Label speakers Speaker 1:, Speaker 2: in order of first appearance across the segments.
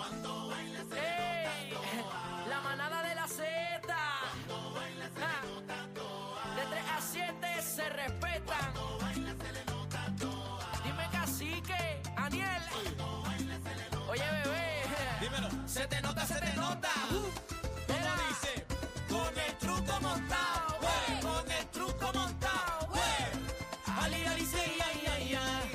Speaker 1: Cuando baila se
Speaker 2: ¡Ey!
Speaker 1: le nota toa.
Speaker 2: La manada de la Z.
Speaker 1: Cuando baila se
Speaker 2: Ah.
Speaker 1: le nota toa.
Speaker 2: De 3 a 7 se respetan.
Speaker 1: Cuando baila se le nota toa.
Speaker 2: Dime cacique, Aniel. Oye, bebé.
Speaker 3: Dímelo. Se te nota, se te nota.
Speaker 2: Era.
Speaker 3: ¿Cómo dice? Con el truco montado, güey. Con el truco montado, güey. Ali, ali, sí, ay, ay, ay.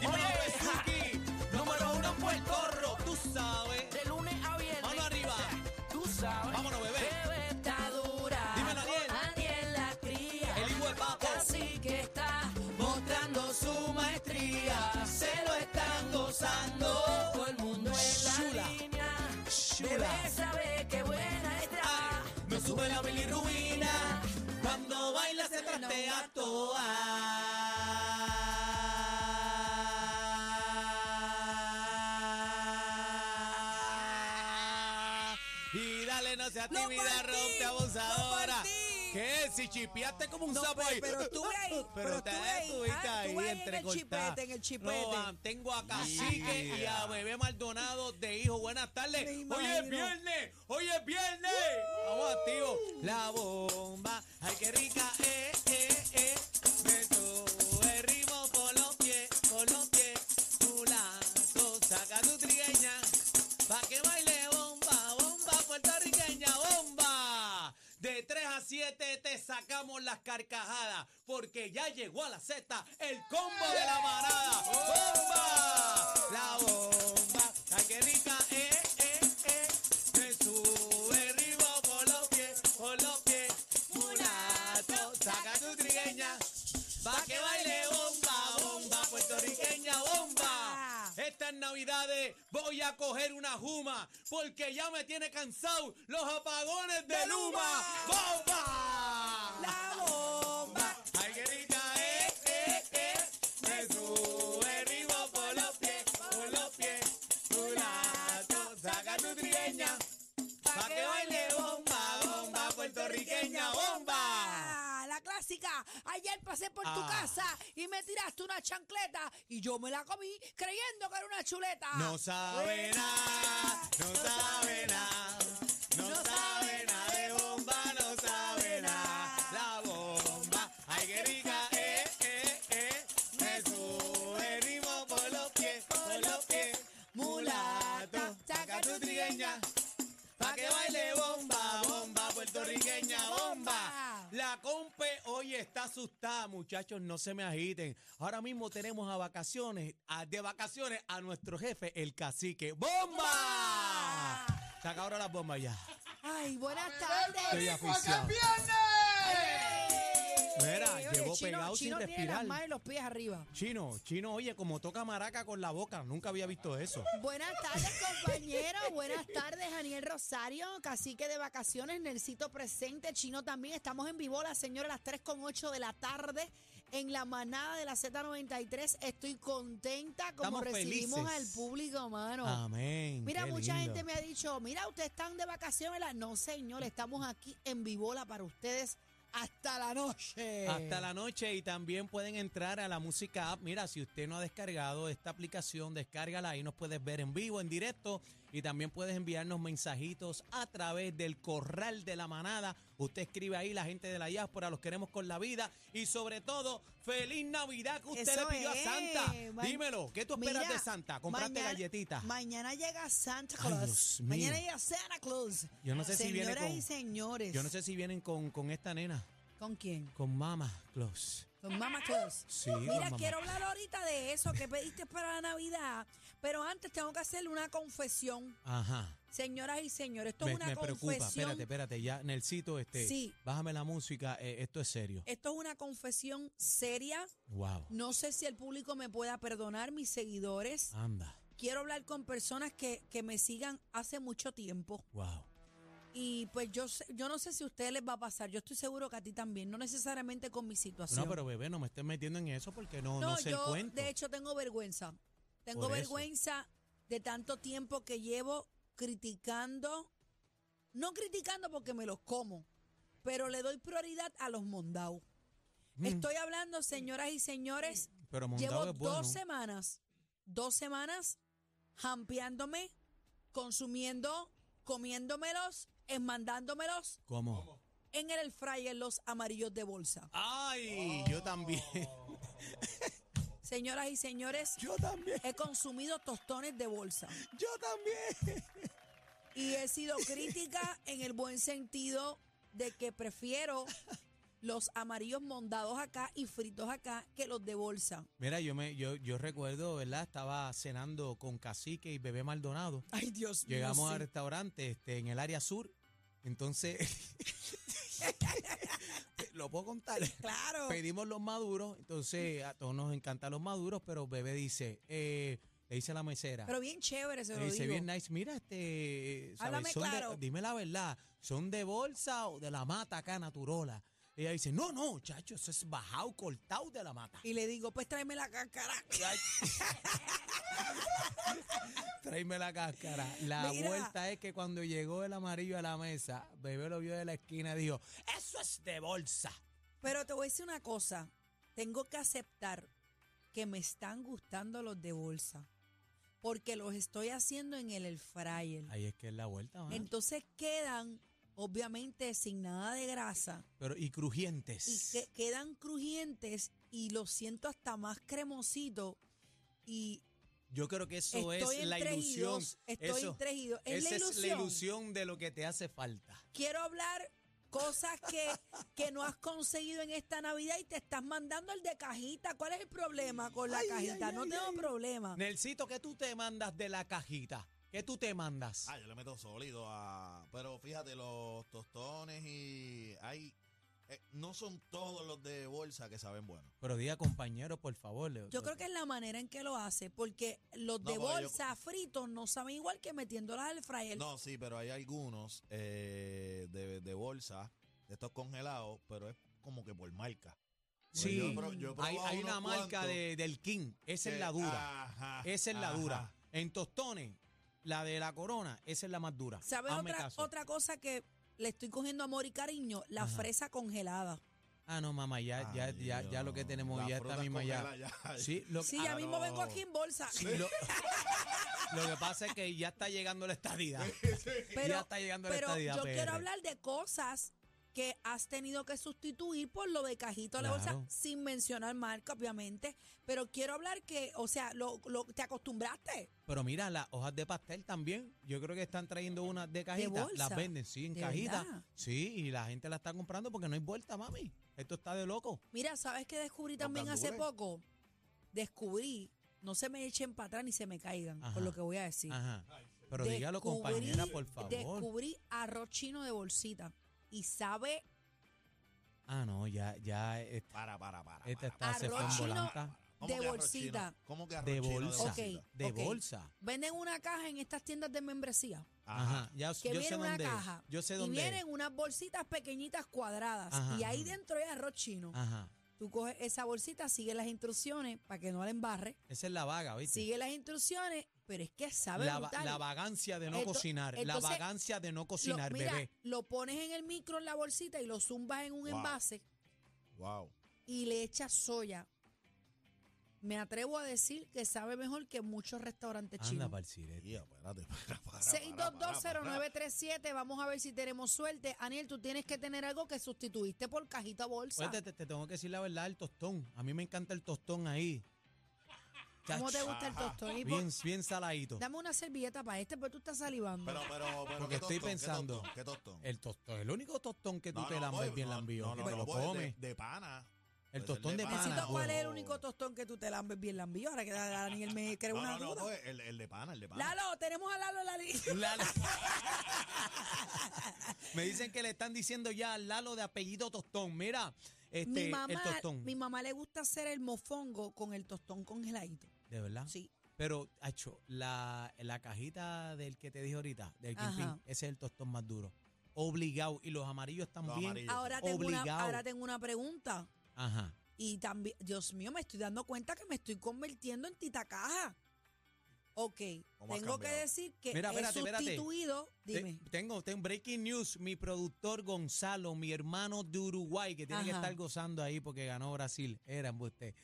Speaker 3: Dímelo,
Speaker 2: Oye,
Speaker 3: Pesuki. Número uno en Puerto Rico, tú sabes.
Speaker 2: De lunes a viernes.
Speaker 3: Vamos arriba.
Speaker 2: Tú sabes.
Speaker 3: Vámonos, bebé.
Speaker 2: Bebé está dura.
Speaker 3: Dímelo, Aniel.
Speaker 2: Aniel la cría.
Speaker 3: El hijo del papo.
Speaker 2: Así que está
Speaker 3: Mostrando su maestría, se lo están gozando.
Speaker 2: todo el mundo en la
Speaker 3: Chula.
Speaker 2: línea.
Speaker 3: Chula.
Speaker 2: Bebé sabe que buena está.
Speaker 3: Ay, me Ah, sube la bilirrubina cuando baila se trastea toa. Y dale, no seas
Speaker 4: No
Speaker 3: tímida,
Speaker 4: por ti,
Speaker 3: rompe
Speaker 4: no
Speaker 3: abusadora.
Speaker 4: por ti.
Speaker 3: ¿Qué? Si chipiaste como un
Speaker 4: No,
Speaker 3: sapo
Speaker 4: pero-
Speaker 3: ahí.
Speaker 4: pero estuve ahí,
Speaker 3: Pero,
Speaker 4: pero
Speaker 3: te
Speaker 4: estuve ahí,
Speaker 3: estuviste
Speaker 4: ah, estuve
Speaker 3: ahí
Speaker 4: ahí en el
Speaker 3: entrecortada.
Speaker 4: chipete, en el chipete.
Speaker 3: No, ah, tengo a Cacique y a Bebé Maldonado de hijo. Buenas tardes.
Speaker 4: Me
Speaker 3: Hoy es
Speaker 4: imagino.
Speaker 3: viernes, hoy es viernes. Vamos activo. La bomba, ay qué rica, eh, eh, eh. Me sube el ritmo por los pies, por los pies. Mulato, saca tu trigueña, pa' que baile bomba, bomba puertorriqueña, bomba. De 3 a 7 te sacamos las carcajadas, porque ya llegó a la Z el combo de la manada. ¡Bomba! La bomba, ay qué rica, eh, eh, eh. Me sube el ritmo por los pies, por los pies. Mulato, saca tu trigueña, pa' que baile bomba, bomba puertorriqueña,
Speaker 4: Ah.
Speaker 3: bomba. Estas navidades voy a coger una juma, porque ya me tiene cansado los apagones de,
Speaker 4: ¡De
Speaker 3: Luma.
Speaker 4: Luma!
Speaker 3: ¡Bomba!
Speaker 4: La bomba.
Speaker 3: ¡Ay, qué rica eh, eh, eh! Me sube el ritmo por los pies, por los pies. Tu lato, saca tu trigueña, pa' que baile bomba, bomba puertorriqueña, bomba.
Speaker 4: Ah, La clásica. Ayer pasé por
Speaker 3: Ah.
Speaker 4: tu casa y me tiraste una chancleta y yo me la comí creyendo que era una chuleta. Pues,
Speaker 3: No sabe
Speaker 4: Buena.
Speaker 3: nada, no sabe nada, no sabe nada de bomba, no sabe nada. La bomba, ay que rica, eh, eh, eh. Me sube el ritmo por los pies, por los pies. Mulato, saca tu trigueña, pa' que baile bomba, bomba puertorriqueña, bomba. La compe hoy está asustada, muchachos, no se me agiten. Ahora mismo tenemos a vacaciones, a- de vacaciones a nuestro jefe, el cacique. ¡Bomba! Saca ahora las bombas ya.
Speaker 4: Ay, buenas tardes.
Speaker 3: Estoy asfixiado. Mira,
Speaker 4: Oye,
Speaker 3: llegó
Speaker 4: Chino-
Speaker 3: pegado
Speaker 4: Chino
Speaker 3: sin
Speaker 4: tiene las
Speaker 3: respirar.
Speaker 4: manos y los pies arriba.
Speaker 3: Chino, chino, oye, como toca maraca con la boca, nunca había visto eso.
Speaker 4: Buenas tardes, compañero. Buenas tardes, Daniel Rosario, cacique de vacaciones, Nercito presente, Chino también. Estamos en vivo, la señora, a las 3 con 8 de la tarde en la manada de la Z93. Estoy contenta como
Speaker 3: Estamos
Speaker 4: recibimos
Speaker 3: felices.
Speaker 4: al público, mano.
Speaker 3: Amén.
Speaker 4: Mira,
Speaker 3: qué
Speaker 4: mucha
Speaker 3: lindo.
Speaker 4: gente me ha dicho, mira, ustedes están de vacaciones. La- No, señor, estamos aquí en Vivola para ustedes hasta la noche.
Speaker 3: Hasta la noche y también pueden entrar a la música app. Mira, si usted no ha descargado esta aplicación, descárgala. Ahí nos puedes ver en vivo, en directo. Y también puedes enviarnos mensajitos a través del corral de la manada. Usted escribe ahí, la gente de la diáspora, los queremos con la vida. Y sobre todo, feliz Navidad que usted
Speaker 4: Eso
Speaker 3: le pidió
Speaker 4: es.
Speaker 3: a Santa.
Speaker 4: Ma-
Speaker 3: Dímelo, ¿qué tú esperas
Speaker 4: Mira,
Speaker 3: de Santa? Compraste
Speaker 4: mañana-
Speaker 3: galletitas.
Speaker 4: Mañana llega Santa
Speaker 3: Ay,
Speaker 4: Claus.
Speaker 3: Dios mío.
Speaker 4: Mañana llega Santa Claus.
Speaker 3: Yo no sé si viene
Speaker 4: Señoras
Speaker 3: con-
Speaker 4: y señores.
Speaker 3: Yo no sé si vienen con, con esta nena,
Speaker 4: ¿Con quién?
Speaker 3: con Mama Claus.
Speaker 4: Con Mama Claus.
Speaker 3: Sí, con
Speaker 4: Mira,
Speaker 3: Mama
Speaker 4: quiero hablar ahorita de eso que pediste para la Navidad, pero antes tengo que hacerle una confesión.
Speaker 3: Ajá.
Speaker 4: Señoras y señores, esto
Speaker 3: Me,
Speaker 4: es una
Speaker 3: me
Speaker 4: confesión.
Speaker 3: preocupa, espérate, espérate, ya, Nelsito, este,
Speaker 4: Sí.
Speaker 3: bájame la música, eh, esto es serio.
Speaker 4: Esto es una confesión seria.
Speaker 3: Wow,
Speaker 4: No sé si el público me pueda perdonar, mis seguidores.
Speaker 3: anda,
Speaker 4: Quiero hablar con personas que, que me sigan hace mucho tiempo.
Speaker 3: wow.
Speaker 4: Y pues yo, sé- yo no sé si a ustedes les va a pasar, yo estoy seguro que a ti también, no necesariamente con mi situación.
Speaker 3: No, pero bebé, no me estés metiendo en eso porque no, no,
Speaker 4: No,
Speaker 3: sé el
Speaker 4: yo
Speaker 3: cuento.
Speaker 4: de hecho tengo vergüenza. Tengo
Speaker 3: Por eso.
Speaker 4: vergüenza de tanto tiempo que llevo criticando, no criticando porque me los como, pero le doy prioridad a los mondao.
Speaker 3: Mm,
Speaker 4: Estoy hablando, señoras y señores,
Speaker 3: pero montado
Speaker 4: llevo
Speaker 3: es bueno.
Speaker 4: dos semanas, dos semanas jampeándome consumiendo, comiéndomelos, esmandándomelos
Speaker 3: ¿Cómo?
Speaker 4: en el air fryer los amarillos de bolsa.
Speaker 3: Ay, yo también.
Speaker 4: Oh. Señoras y señores,
Speaker 3: Yo también.
Speaker 4: he consumido tostones de bolsa.
Speaker 3: Yo también.
Speaker 4: Y he sido crítica en el buen sentido de que prefiero los amarillos mondados acá y fritos acá que los de bolsa.
Speaker 3: Mira, yo me, yo, yo recuerdo, ¿verdad? Estaba cenando con Cacique y Bebé Maldonado.
Speaker 4: Ay, Dios
Speaker 3: Llegamos al
Speaker 4: mío.
Speaker 3: restaurante este, en el área sur. Entonces, lo puedo contar.
Speaker 4: Claro.
Speaker 3: Pedimos los maduros. Entonces, a todos nos encantan los maduros, pero Bebé dice, eh, le dice a la mesera.
Speaker 4: Pero bien chévere, se
Speaker 3: le
Speaker 4: lo
Speaker 3: dice
Speaker 4: digo.
Speaker 3: bien nice, mira, este, ¿sabes?
Speaker 4: Háblame
Speaker 3: Son de-
Speaker 4: claro.
Speaker 3: dime la verdad, ¿son de bolsa o de la mata acá, naturola? Ella dice, no, no, chacho, eso es bajado, cortado de la mata.
Speaker 4: Y le digo, pues tráeme la cáscara.
Speaker 3: Tráeme la cáscara. La
Speaker 4: Mira.
Speaker 3: vuelta es que cuando llegó el amarillo a la mesa, bebé lo vio de la esquina y dijo, eso es de bolsa.
Speaker 4: Pero te voy a decir una cosa. Tengo que aceptar que me están gustando los de bolsa. Porque los estoy haciendo en el air fryer.
Speaker 3: Ahí es que es la vuelta, mano.
Speaker 4: Entonces quedan, obviamente, sin nada de grasa.
Speaker 3: Pero, y crujientes.
Speaker 4: Y que, quedan crujientes y los siento hasta más cremosito. Y
Speaker 3: Yo creo que eso
Speaker 4: estoy
Speaker 3: es
Speaker 4: en
Speaker 3: la
Speaker 4: tres y
Speaker 3: ilusión.
Speaker 4: dos, Estoy
Speaker 3: Eso-
Speaker 4: en tres y dos. Es
Speaker 3: esa
Speaker 4: la
Speaker 3: es la
Speaker 4: ilusión.
Speaker 3: ilusión de lo que te hace falta.
Speaker 4: Quiero hablar cosas que, que no has conseguido en esta Navidad y te estás mandando el de cajita. ¿Cuál es el problema con la
Speaker 3: Ay,
Speaker 4: cajita?
Speaker 3: ay,
Speaker 4: no
Speaker 3: ay,
Speaker 4: tengo
Speaker 3: ay.
Speaker 4: problema.
Speaker 3: Nelsito, ¿qué tú te mandas de la cajita? ¿Qué tú te mandas?
Speaker 5: Ah, yo le meto sólido a. Pero fíjate, los tostones y. Hay. eh, no son todos los de bolsa que saben bueno.
Speaker 3: Pero diga, compañero, por favor.
Speaker 4: Yo creo que es la manera en que lo hace, porque los
Speaker 5: No,
Speaker 4: de
Speaker 5: porque yo-
Speaker 4: bolsa fritos no saben igual que metiéndolas al fryer.
Speaker 5: No, sí, pero hay algunos eh, de, de bolsa, de estos congelados, pero es como que por marca. Porque
Speaker 3: Sí.
Speaker 5: yo he pro- yo he
Speaker 3: Hay,
Speaker 5: probado
Speaker 3: hay una
Speaker 5: unos
Speaker 3: marca
Speaker 5: cuantos
Speaker 3: de- del King. Esa
Speaker 5: que-
Speaker 3: es la dura.
Speaker 5: ajá,
Speaker 3: esa es la
Speaker 5: ajá.
Speaker 3: dura. En tostones, la de la corona, esa es la más dura.
Speaker 4: ¿Sabes
Speaker 3: Hazme
Speaker 4: otra,
Speaker 3: caso.
Speaker 4: otra cosa que le estoy cogiendo amor y cariño? La
Speaker 3: Ajá.
Speaker 4: fresa congelada.
Speaker 3: Ah, no, mamá, ya, ya,
Speaker 5: Ay,
Speaker 3: ya, ya lo que
Speaker 5: Dios.
Speaker 3: tenemos
Speaker 5: Las
Speaker 3: ya está
Speaker 5: frutas
Speaker 3: misma ya.
Speaker 5: congeladas ya.
Speaker 3: Sí, lo,
Speaker 4: Sí,
Speaker 5: Ah,
Speaker 4: ya mismo
Speaker 5: no.
Speaker 4: vengo aquí en bolsa.
Speaker 3: sí, lo- lo que pasa es que ya está llegando la estadidad.
Speaker 4: Pero,
Speaker 3: ya está llegando la
Speaker 4: pero
Speaker 3: estadidad.
Speaker 4: yo quiero
Speaker 3: PR.
Speaker 4: hablar de cosas que has tenido que sustituir por lo de cajito de la
Speaker 3: Claro.
Speaker 4: bolsa, sin mencionar marca, obviamente. Pero quiero hablar que, o sea, lo, lo- te acostumbraste.
Speaker 3: Pero mira, las hojas de pastel también. Yo creo que están trayendo unas de cajita.
Speaker 4: bolsa?
Speaker 3: Las venden, sí, en
Speaker 4: ¿De
Speaker 3: cajita.
Speaker 4: verdad?
Speaker 3: Sí, y la gente la está comprando porque no hay vuelta, mami. Esto está de loco.
Speaker 4: Mira, ¿sabes qué descubrí
Speaker 5: Los
Speaker 4: también hace
Speaker 5: gandules.
Speaker 4: poco? Descubrí, no se me echen para atrás ni se me caigan
Speaker 3: Ajá.
Speaker 4: con lo que voy a decir.
Speaker 3: Ajá. Pero dígalo, compañera, por favor.
Speaker 4: Descubrí arroz chino de bolsita y sabe
Speaker 3: Ah, no, ya, ya. Esta,
Speaker 5: Para, para, para.
Speaker 3: esta
Speaker 5: para,
Speaker 3: está se fue
Speaker 4: Arroz
Speaker 3: en
Speaker 4: chino
Speaker 3: volanta.
Speaker 5: ¿Cómo
Speaker 4: de
Speaker 5: que arroz
Speaker 4: bolsita.
Speaker 5: chino? ¿Cómo que arroz
Speaker 3: De
Speaker 5: chino
Speaker 3: bolsa.
Speaker 5: bolsita?
Speaker 3: De
Speaker 4: ok.
Speaker 3: bolsa.
Speaker 4: Venden una caja en estas tiendas de membresía.
Speaker 3: Ajá. Ya,
Speaker 4: que
Speaker 3: yo
Speaker 4: viene
Speaker 3: sé
Speaker 4: una
Speaker 3: dónde. es.
Speaker 4: caja
Speaker 3: Yo sé
Speaker 4: y
Speaker 3: dónde. es.
Speaker 4: vienen unas bolsitas pequeñitas cuadradas
Speaker 3: Ajá,
Speaker 4: y ahí
Speaker 3: ajá. Ah.
Speaker 4: dentro hay arroz chino.
Speaker 3: Ajá.
Speaker 4: Tú coges esa bolsita, sigue las instrucciones para que no la embarre,
Speaker 3: Esa es la vaga, ¿viste?
Speaker 4: sigue las instrucciones, pero es que sabe
Speaker 3: la, va-
Speaker 4: brutal.
Speaker 3: la vagancia de no
Speaker 4: Ento-
Speaker 3: cocinar. la
Speaker 4: entonces,
Speaker 3: vagancia de no
Speaker 4: Lo-
Speaker 3: cocinar,
Speaker 4: mira,
Speaker 3: bebé.
Speaker 4: lo pones en el micro en la bolsita y lo zumbas en un
Speaker 5: Wow.
Speaker 4: envase
Speaker 5: Wow.
Speaker 4: y le echas soya. Me atrevo a decir que sabe mejor que muchos restaurantes
Speaker 3: Anda,
Speaker 4: chinos.
Speaker 3: para el cirete.
Speaker 5: Tía, pues, espérate, para, para, para, para, para.
Speaker 4: 6220937, vamos a ver si tenemos suerte. Aniel, tú tienes que tener algo que sustituiste por cajita bolsa.
Speaker 3: Oye, te, te tengo que decir la verdad, el tostón. A mí me encanta el tostón ahí.
Speaker 4: ¿Cómo te
Speaker 3: Chacho,
Speaker 4: gusta el
Speaker 5: Ajá.
Speaker 4: tostón? Y por-
Speaker 3: Bien, bien saladito.
Speaker 4: Dame una servilleta para este, pero tú estás salivando.
Speaker 5: Pero, pero, pero.
Speaker 3: Porque
Speaker 5: ¿qué
Speaker 3: estoy
Speaker 5: tostón? ¿Qué
Speaker 3: pensando.
Speaker 5: tostón? ¿Qué tostón?
Speaker 3: El tostón, el único tostón que tú
Speaker 5: No,
Speaker 3: te
Speaker 5: no,
Speaker 3: lambes
Speaker 5: voy,
Speaker 3: bien
Speaker 5: no,
Speaker 3: lambío,
Speaker 5: no,
Speaker 3: que
Speaker 5: no,
Speaker 3: te
Speaker 5: no,
Speaker 3: lo
Speaker 5: voy,
Speaker 3: comes.
Speaker 5: De, pues, de pana.
Speaker 3: El
Speaker 5: Puede
Speaker 3: tostón
Speaker 5: ser
Speaker 3: de pana.
Speaker 4: Necesito
Speaker 5: Ana,
Speaker 4: cuál
Speaker 5: bueno.
Speaker 4: es el único tostón que tú te lambes bien lambido. Ahora que Daniel me crea
Speaker 5: No,
Speaker 4: una
Speaker 5: no, no,
Speaker 4: duda.
Speaker 5: voy, el, el de pana, el de pana.
Speaker 4: Lalo, tenemos a Lalo en la línea.
Speaker 3: Lalo. Me dicen que le están diciendo ya al Lalo de apellido tostón. Mira, este,
Speaker 4: mi, mamá,
Speaker 3: el tostón.
Speaker 4: mi mamá le gusta hacer el mofongo con el tostón congeladito.
Speaker 3: De
Speaker 5: Ah,
Speaker 3: verdad.
Speaker 4: Sí.
Speaker 3: Pero, Hacho, la, la cajita del que te dije ahorita, del
Speaker 4: Ajá.
Speaker 3: Quimpín, ese es el tostón más duro. Obligado. Y los amarillos también.
Speaker 5: amarillos.
Speaker 4: Ahora tengo, una,
Speaker 3: Obligado.
Speaker 4: ahora tengo una pregunta.
Speaker 3: Ajá.
Speaker 4: Y también, Dios mío, me estoy dando cuenta que me estoy convirtiendo en tita caja. Ok,
Speaker 5: ¿Cómo has
Speaker 4: tengo que
Speaker 5: cambiado?
Speaker 4: decir que
Speaker 3: Mira,
Speaker 4: he
Speaker 3: espérate, espérate. Eh,
Speaker 4: sustituido. Dime.
Speaker 3: Te- tengo, tengo breaking news. Mi productor Gonzalo, mi hermano de Uruguay, que tiene que
Speaker 4: Ajá.
Speaker 3: estar gozando ahí Eh, porque ganó Brasil. Era usted.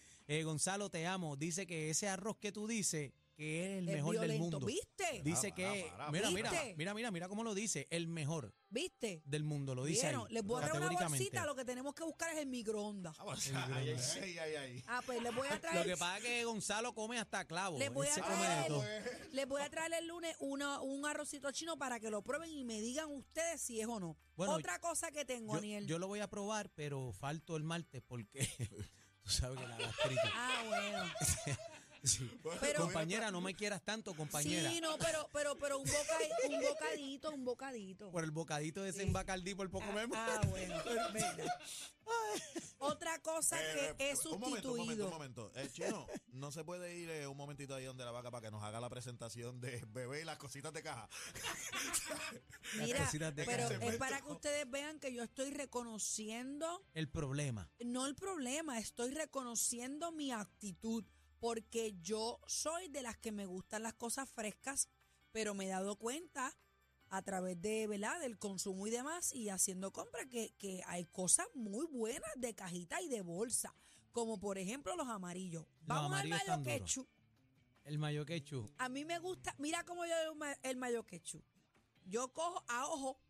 Speaker 3: Gonzalo, te amo. Dice que ese arroz que tú dices, que es el
Speaker 4: Es
Speaker 3: mejor del
Speaker 4: violento.
Speaker 3: mundo.
Speaker 4: ¿Viste?
Speaker 3: Dice
Speaker 5: Ah,
Speaker 3: que,
Speaker 5: para, para,
Speaker 3: mira,
Speaker 4: para.
Speaker 3: mira,
Speaker 4: ¿Viste?
Speaker 3: mira, mira, mira cómo lo dice, el mejor
Speaker 4: ¿Viste?
Speaker 3: del mundo, lo dice
Speaker 4: Vieron,
Speaker 3: ahí,
Speaker 4: les voy a traer una
Speaker 3: categóricamente.
Speaker 4: bolsita, lo que tenemos que buscar es el microondas.
Speaker 5: Ah, pues, ay, ay, ay, ay.
Speaker 4: Ah, pues les voy a
Speaker 3: Lo
Speaker 4: traer,
Speaker 3: que pasa es que Gonzalo come hasta clavo.
Speaker 4: Le
Speaker 3: él
Speaker 4: voy a
Speaker 3: se
Speaker 4: traer
Speaker 3: come de
Speaker 4: el-
Speaker 3: todo.
Speaker 4: les voy a traer el lunes una, un arrocito chino para que lo prueben y me digan ustedes si es o no.
Speaker 3: Bueno,
Speaker 4: Otra cosa que tengo,
Speaker 3: Yo,
Speaker 4: Aniel.
Speaker 3: yo lo voy a probar, pero falto el martes porque tú sabes que la gastritis.
Speaker 4: Ah, bueno.
Speaker 3: Sí.
Speaker 4: Pero-
Speaker 3: compañera, no me quieras tanto, compañera.
Speaker 4: Sí, no, pero, pero, pero un, boca, un bocadito, un bocadito.
Speaker 3: Por el bocadito de ese
Speaker 4: Sí.
Speaker 3: embacardí por poco
Speaker 4: Ah,
Speaker 3: me muero.
Speaker 4: ah, bueno. venga. Otra cosa
Speaker 5: Eh,
Speaker 4: que
Speaker 5: eh,
Speaker 4: he
Speaker 5: Un momento, un momento, un
Speaker 4: sustituido.
Speaker 5: momento. Eh, chino, no se puede ir eh, un momentito ahí donde la vaca para que nos haga la presentación de bebé y las cositas de caja.
Speaker 3: Las
Speaker 4: Mira,
Speaker 3: cositas de pues.
Speaker 4: pero
Speaker 3: casa.
Speaker 4: es para que ustedes vean que yo estoy reconociendo,
Speaker 3: El problema.
Speaker 4: no el problema, estoy reconociendo mi actitud, porque yo soy de las que me gustan las cosas frescas, pero me he dado cuenta a través de, ¿verdad?, del consumo y demás, y haciendo compra, que, que hay cosas muy buenas de cajita y de bolsa, como por ejemplo los amarillos. Vamos
Speaker 3: amarillos
Speaker 4: al
Speaker 3: están
Speaker 4: mayo
Speaker 3: duros.
Speaker 4: quechu.
Speaker 3: El mayo quechu.
Speaker 4: A mí me gusta, mira cómo yo hago el ma- el mayo ketchup. Yo cojo a ojo,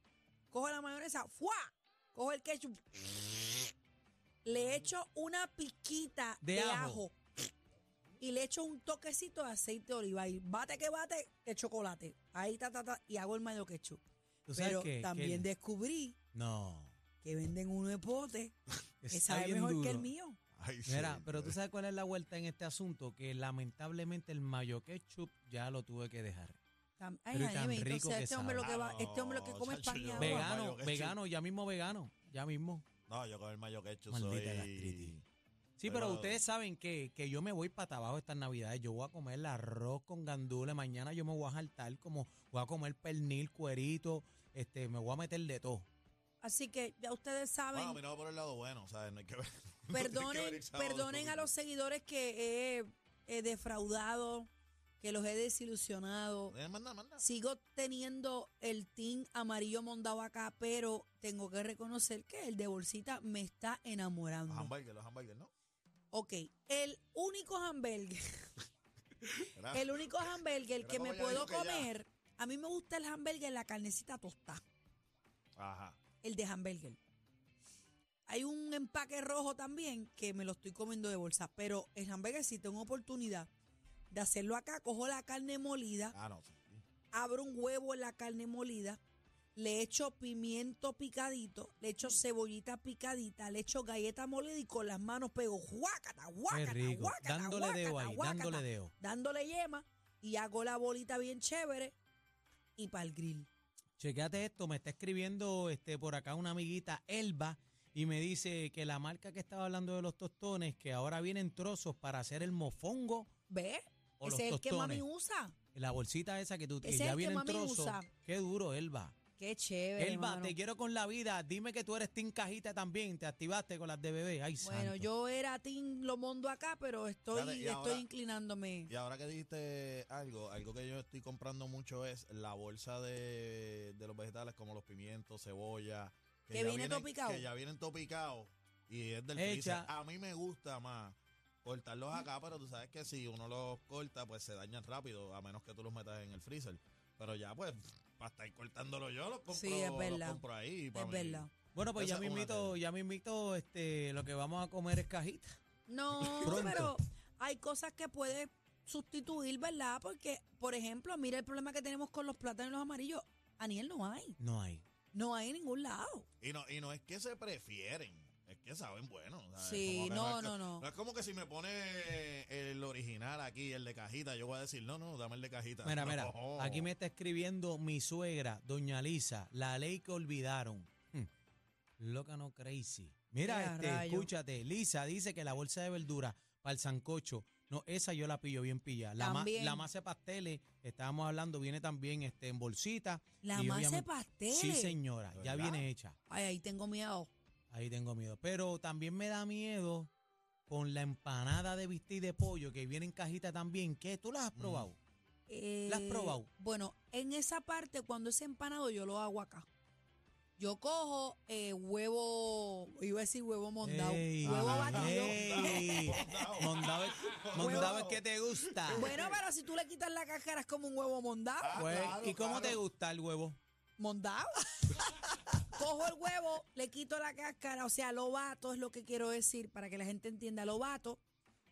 Speaker 4: cojo la mayonesa, ¡fua! Cojo el ketchup. Le echo una piquita
Speaker 3: De
Speaker 4: de,
Speaker 3: ajo.
Speaker 4: ajo. y le echo un toquecito de aceite de oliva y bate que bate de chocolate. Ahí ta ta ta y hago el mayo ketchup.
Speaker 3: ¿Tú sabes
Speaker 4: Pero
Speaker 3: qué? Que
Speaker 4: también
Speaker 3: el-
Speaker 4: descubrí
Speaker 3: No.
Speaker 4: que venden uno de pote que
Speaker 3: está
Speaker 4: sabe
Speaker 3: bien
Speaker 4: mejor que el
Speaker 3: duro.
Speaker 4: mío.
Speaker 5: Ay, sí. eh.
Speaker 3: Mira, pero tú sabes cuál es la vuelta en este asunto, que lamentablemente el mayo ketchup ya lo tuve que dejar.
Speaker 4: Tam-
Speaker 3: Pero y
Speaker 4: Ay,
Speaker 3: tan
Speaker 4: Jaime, entonces
Speaker 3: rico que
Speaker 4: este hombre, lo que va,
Speaker 5: sabe.
Speaker 4: este hombre lo que come es
Speaker 5: Chacho,
Speaker 4: pan y
Speaker 5: yo-
Speaker 4: agua.
Speaker 3: Vegano,
Speaker 5: mayo ketchup.
Speaker 3: vegano, ya mismo vegano, ya mismo.
Speaker 5: No, yo con el mayo quechu soy.
Speaker 3: Maldita gastritis. Sí, pero
Speaker 5: Pero-
Speaker 3: ustedes saben que, que yo me voy para abajo estas navidades. Yo voy a comer el arroz con gandula. Mañana yo me voy a jaltar como voy a comer pernil, cuerito, este, me voy a meter de todo.
Speaker 4: Así que ya ustedes saben.
Speaker 5: Bueno, mirado por el lado bueno, ¿sabes? No hay que ver. no hay que ver
Speaker 4: Perdonen,
Speaker 5: el sábado
Speaker 4: perdonen a
Speaker 5: todo.
Speaker 4: los seguidores que he, he defraudado, que los he desilusionado.
Speaker 5: Eh, Manda, manda.
Speaker 4: Sigo teniendo el team amarillo mondado acá, pero tengo que reconocer que el de bolsita me está
Speaker 5: Los
Speaker 4: enamorando.
Speaker 5: hamburgues, los hamburgues, ¿no?
Speaker 4: Ok, el único hamburger,
Speaker 5: Era-
Speaker 4: el único hamburger
Speaker 5: Pero
Speaker 4: que me
Speaker 5: como ya dijo
Speaker 4: puedo
Speaker 5: que ya.
Speaker 4: comer, a mí me gusta el hamburger, la carnecita tostada,
Speaker 5: Ajá.
Speaker 4: el de hamburger. Hay un empaque rojo también que me lo estoy comiendo de bolsa, pero el hamburger si tengo oportunidad de hacerlo acá, cojo la carne molida,
Speaker 5: Ah, no. sí, sí.
Speaker 4: abro un huevo en la carne molida, le echo pimiento picadito, le echo cebollita picadita, le echo galleta molida y con las manos pego guácata,
Speaker 3: Qué
Speaker 4: guácata,
Speaker 3: rico.
Speaker 4: guácata,
Speaker 3: Dándole
Speaker 4: guácata,
Speaker 3: deo ahí,
Speaker 4: guácata,
Speaker 3: dándole deo.
Speaker 4: dándole yema y hago la bolita bien chévere y para el grill.
Speaker 3: Chequéate esto, me está escribiendo este, por acá una amiguita Elba y me dice que la marca que estaba hablando de los tostones, que ahora vienen trozos para hacer el mofongo
Speaker 4: ¿Ves?
Speaker 3: o
Speaker 4: Ese es
Speaker 3: los
Speaker 4: el que mami
Speaker 3: tostones.
Speaker 4: usa.
Speaker 3: La bolsita esa que tú que
Speaker 4: Ese es
Speaker 3: ya
Speaker 4: el que
Speaker 3: vienen
Speaker 4: mami
Speaker 3: trozos.
Speaker 4: usa.
Speaker 3: Qué duro, Elba.
Speaker 4: Qué chévere.
Speaker 3: Elba,
Speaker 4: mano.
Speaker 3: te quiero con la vida. Dime que tú eres Team Cajita también. Te activaste con las de bebé. Ay,
Speaker 4: Bueno,
Speaker 3: santo.
Speaker 4: yo era Team Lo Mondo acá, pero estoy,
Speaker 5: Dale, y
Speaker 4: estoy
Speaker 5: ahora-
Speaker 4: inclinándome.
Speaker 5: Y ahora que dijiste algo, algo que yo estoy comprando mucho es la bolsa de, de los vegetales como los pimientos, cebolla.
Speaker 4: Que
Speaker 5: ya
Speaker 4: viene
Speaker 5: vienen-
Speaker 4: todo picado.
Speaker 5: Que ya vienen todo picado y es del
Speaker 3: Hecha.
Speaker 5: freezer. A mí me gusta más cortarlos acá, pero tú sabes que si uno los corta, pues se dañan rápido, a menos que tú los metas en el freezer. Pero ya, pues, para estar cortándolo yo, los compro,
Speaker 4: Sí, es
Speaker 5: los
Speaker 4: verdad.
Speaker 5: compro ahí. para
Speaker 4: es
Speaker 5: mí.
Speaker 4: verdad.
Speaker 3: Bueno, pues
Speaker 5: Esa
Speaker 3: ya me
Speaker 5: es una
Speaker 3: invito, ya me invito, este, lo que vamos a comer es cajita.
Speaker 4: No,
Speaker 3: Pronto.
Speaker 4: pero hay cosas que puedes sustituir, ¿verdad? Porque, por ejemplo, mira el problema que tenemos con los plátanos y los amarillos. Aniel no hay.
Speaker 3: No hay.
Speaker 4: No hay en ningún lado.
Speaker 5: Y no, y no es que se prefieren, es que saben bueno. ¿sabes?
Speaker 4: Sí,
Speaker 5: Como que
Speaker 4: no,
Speaker 5: es que-
Speaker 4: no, no.
Speaker 5: No es como que si me pone el original aquí, el de cajita, yo voy a decir, no, no, dame el de cajita.
Speaker 3: Mira, mira,
Speaker 5: No.
Speaker 3: aquí me está escribiendo mi suegra, doña Lisa, la ley que olvidaron. Hmm. Loca no crazy. Mira,
Speaker 4: Ya,
Speaker 3: este,
Speaker 4: rayo.
Speaker 3: escúchate, Lisa dice que la bolsa de verdura para el sancocho, no, esa yo la pillo bien pilla. La, ma-
Speaker 4: También.
Speaker 3: la masa de pasteles, estábamos hablando, viene también este, en bolsita.
Speaker 4: La
Speaker 3: Y
Speaker 4: masa de
Speaker 3: obviamente-
Speaker 4: pasteles.
Speaker 3: Sí, señora,
Speaker 5: ¿De
Speaker 3: ya
Speaker 5: verdad?
Speaker 3: viene hecha.
Speaker 4: Ay, ahí tengo miedo.
Speaker 3: Ahí tengo miedo. Pero también me da miedo con la empanada de bistec de pollo que viene en cajita también. ¿Qué? ¿Tú las has
Speaker 5: Mm.
Speaker 3: probado?
Speaker 4: Eh,
Speaker 3: ¿La has probado?
Speaker 4: Bueno, en esa parte, cuando es empanado, yo lo hago acá. Yo cojo eh, huevo, iba a decir huevo mondado,
Speaker 3: Ey,
Speaker 4: huevo
Speaker 5: ajá.
Speaker 4: batido.
Speaker 3: ey.
Speaker 5: Mondao.
Speaker 3: Mondao es- Mondao es que te gusta.
Speaker 4: Bueno, pero si tú le quitas la cáscara es como un huevo mondado.
Speaker 5: Ah,
Speaker 3: Pues,
Speaker 5: claro,
Speaker 3: ¿Y cómo
Speaker 5: claro.
Speaker 3: te gusta el huevo?
Speaker 4: mondado. Cojo el huevo, le quito la cáscara, o sea, lo bato es lo que quiero decir para que la gente entienda, lo bato.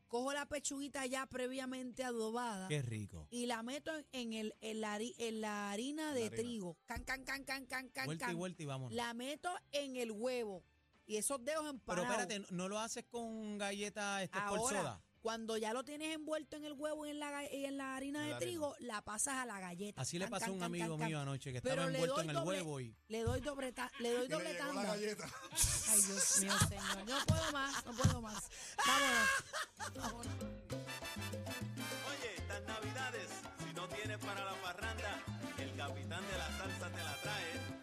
Speaker 4: Cojo la pechuguita ya previamente adobada
Speaker 3: Qué rico.
Speaker 4: y la meto en, en el, en la, hari- en la harina de
Speaker 5: harina.
Speaker 4: trigo. Can, can, can, can, can, can,
Speaker 3: Vuelta y
Speaker 4: can.
Speaker 3: vuelta y vamos.
Speaker 4: La meto en el huevo y esos dedos
Speaker 3: Pero
Speaker 4: empanados.
Speaker 3: espérate, ¿no- ¿no lo haces con galletas estas por
Speaker 4: Ahora,
Speaker 3: soda?
Speaker 4: cuando ya lo tienes envuelto en el huevo y en la, ga- y en la harina
Speaker 5: En
Speaker 4: de
Speaker 5: la harina.
Speaker 4: trigo, la pasas a la galleta.
Speaker 3: Así le
Speaker 4: Can,
Speaker 3: pasó a
Speaker 4: can,
Speaker 3: un
Speaker 4: can,
Speaker 3: amigo
Speaker 4: can,
Speaker 3: mío
Speaker 4: can.
Speaker 3: anoche que
Speaker 4: Pero
Speaker 3: estaba
Speaker 4: le
Speaker 3: envuelto
Speaker 4: doy
Speaker 3: en el
Speaker 4: doble-
Speaker 3: huevo y...
Speaker 4: Le doy doble, ta- le doy
Speaker 5: Y le
Speaker 4: doble
Speaker 5: llegó la
Speaker 4: tanda.
Speaker 5: galleta.
Speaker 4: Ay, Dios mío, señor. No puedo más, no puedo más. Vámonos. Vámonos.
Speaker 6: Oye, estas navidades, si no tienes para la parranda, el capitán de la salsa te la trae.